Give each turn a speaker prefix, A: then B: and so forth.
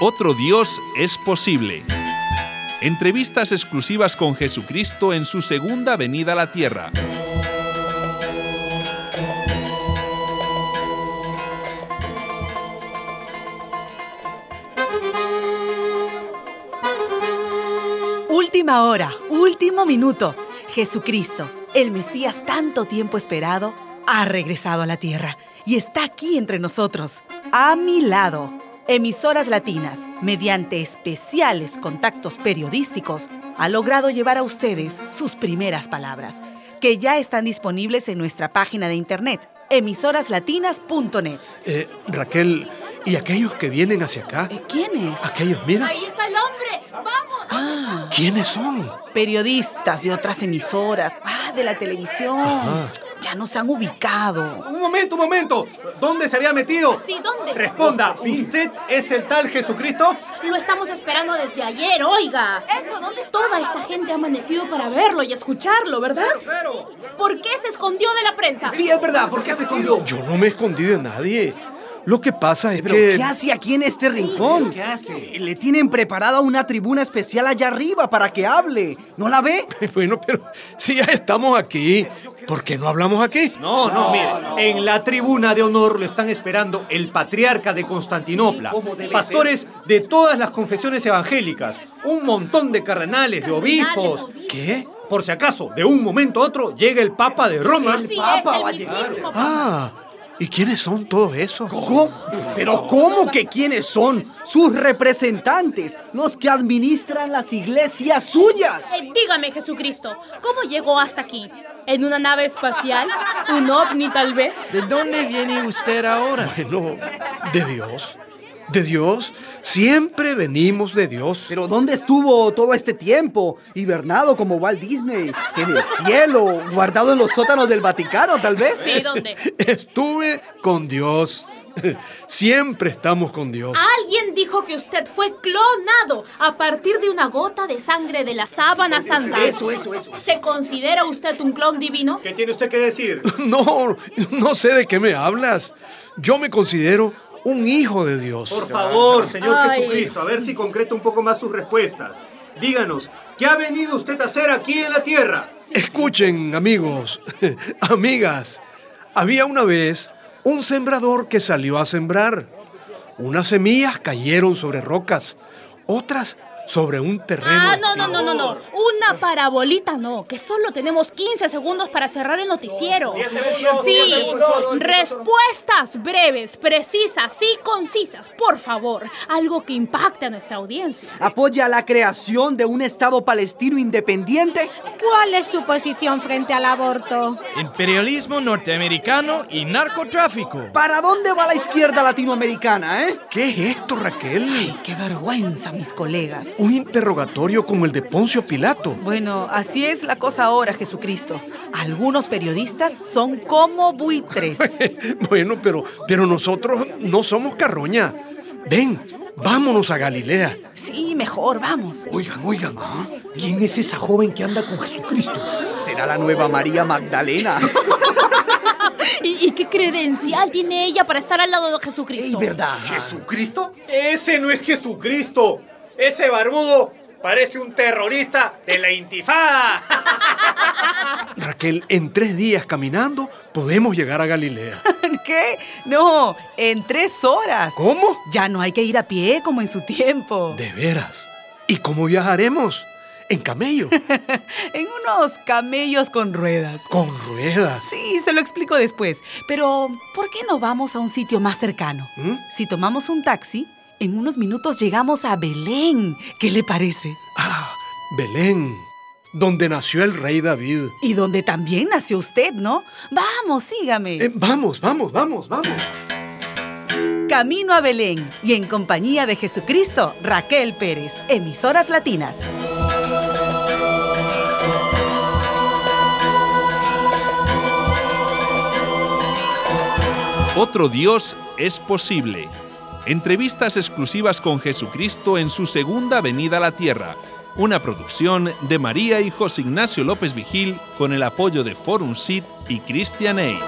A: Otro Dios es posible. Entrevistas exclusivas con Jesucristo en su segunda venida a la tierra.
B: Última hora, último minuto. Jesucristo, el Mesías tanto tiempo esperado, ha regresado a la tierra y está aquí entre nosotros, a mi lado. Emisoras Latinas, mediante especiales contactos periodísticos, ha logrado llevar a ustedes sus primeras palabras, que ya están disponibles en nuestra página de internet, emisoraslatinas.net.
C: Eh, Raquel, ¿y aquellos que vienen hacia acá?
B: ¿Eh, ¿Quiénes?
C: Aquellos, mira.
D: Ahí está el hombre. Vamos.
B: Ah,
C: ¿Quiénes son?
B: periodistas de otras emisoras, ah, de la televisión.
C: Ajá.
B: Ya nos han ubicado.
E: Un momento, un momento. ¿Dónde se había metido?
D: Sí, ¿dónde?
E: Responda, ¿usted es el tal Jesucristo?
D: Lo estamos esperando desde ayer, oiga. Eso, ¿dónde Toda esta gente ha amanecido para verlo y escucharlo, ¿verdad?
E: Claro.
D: ¿Por qué se escondió de la prensa?
F: es verdad, ¿por qué se escondió?
C: Yo no me he escondido de nadie. Lo que pasa es
F: ¿Pero
C: que...
F: qué hace aquí en este rincón? ¿Qué hace? Le tienen preparada una tribuna especial allá arriba para que hable. ¿No la ve?
C: Bueno, pero si ya estamos aquí, ¿por qué no hablamos aquí?
E: No, no, mire. En la tribuna de honor lo están esperando el patriarca de Constantinopla, pastores de todas las confesiones evangélicas, un montón de cardenales, de obispos.
D: Cardenales,
C: ¿Qué?
E: Por si acaso, de un momento a otro llega el Papa de Roma.
D: Sí,
F: Papa va a
D: es el mismísimo Papa.
C: Ah, ¿y quiénes son todos esos?
F: ¿Cómo? ¿Pero cómo que quiénes son? Sus representantes, los que administran las iglesias suyas.
D: Eh, dígame, Jesucristo, ¿cómo llegó hasta aquí? ¿En una nave espacial? ¿Un ovni, tal vez?
G: ¿De dónde viene usted ahora?
C: Bueno, de Dios. De Dios. Siempre venimos de Dios.
F: ¿Pero dónde estuvo todo este tiempo? Hibernado como Walt Disney, en el cielo, guardado en los sótanos del Vaticano, tal vez.
D: Sí, ¿dónde?
C: Estuve con Dios. Siempre estamos con Dios.
D: Alguien dijo que usted fue clonado a partir de una gota de sangre de la sábana santa.
F: Eso, eso, eso.
D: ¿Se considera usted un clon divino?
E: ¿Qué tiene usted que decir?
C: No, no sé de qué me hablas. Yo me considero un hijo de Dios.
E: Por favor, Señor
D: Ay.
E: Jesucristo, a ver si concreta un poco más sus respuestas. Díganos, ¿qué ha venido usted a hacer aquí en la tierra?
C: Escuchen, amigos, amigas. Había una vez un sembrador que salió a sembrar. Unas semillas cayeron sobre rocas, otras sobre un terreno.
D: Ah, no, no, no, no, no. Una parabolita no, que solo tenemos 15 segundos para cerrar el noticiero. Sí, respuestas breves, precisas y concisas, por favor. Algo que impacte a nuestra audiencia.
F: Apoya la creación de un Estado palestino independiente.
H: ¿Cuál es su posición frente al aborto?
G: Imperialismo norteamericano y narcotráfico.
F: ¿Para dónde va la izquierda latinoamericana, eh?
C: ¿Qué es esto, Raquel?
B: Ay, qué vergüenza, mis colegas.
C: Un interrogatorio como el de Poncio Pilato.
B: Bueno, así es la cosa ahora, Jesucristo. Algunos periodistas son como buitres.
C: Bueno, pero, pero nosotros no somos carroña. Ven, vámonos a Galilea.
B: Sí, mejor, vamos.
F: Oigan, oigan. ¿ah? ¿Quién es esa joven que anda con Jesucristo? Será la nueva María Magdalena.
D: ¿Y, y qué credencial tiene ella para estar al lado de
F: Ey,
D: Jesucristo?
F: verdad.
E: ¿Jesucristo? Ese no es Jesucristo. Ese barbudo parece un terrorista de la intifada.
C: Raquel, en tres días caminando podemos llegar a Galilea.
B: ¿Qué? No, en tres horas.
G: Oh.
C: ¿Cómo?
B: Ya no hay que ir a pie como en su tiempo.
C: De veras. ¿Y cómo viajaremos? En camello,
B: En unos camellos con ruedas.
C: con ruedas.
B: Sí, se lo explico después. Pero, ¿por qué no vamos a un sitio más cercano?
C: ¿Mm?
B: Si tomamos un taxi, en unos minutos llegamos a Belén. ¿Qué le parece?
C: Ah, Belén, donde nació el rey David.
B: Y donde también nació usted, ¿no? Vamos, sígame.
C: Eh, vamos, vamos, vamos, vamos.
B: Camino a Belén y en compañía de Jesucristo, Raquel Pérez, emisoras latinas.
A: Otro Dios es posible. Entrevistas exclusivas con Jesucristo en su segunda venida a la tierra. Una producción de María y José Ignacio López Vigil con el apoyo de Forum Sit y Christian Aid.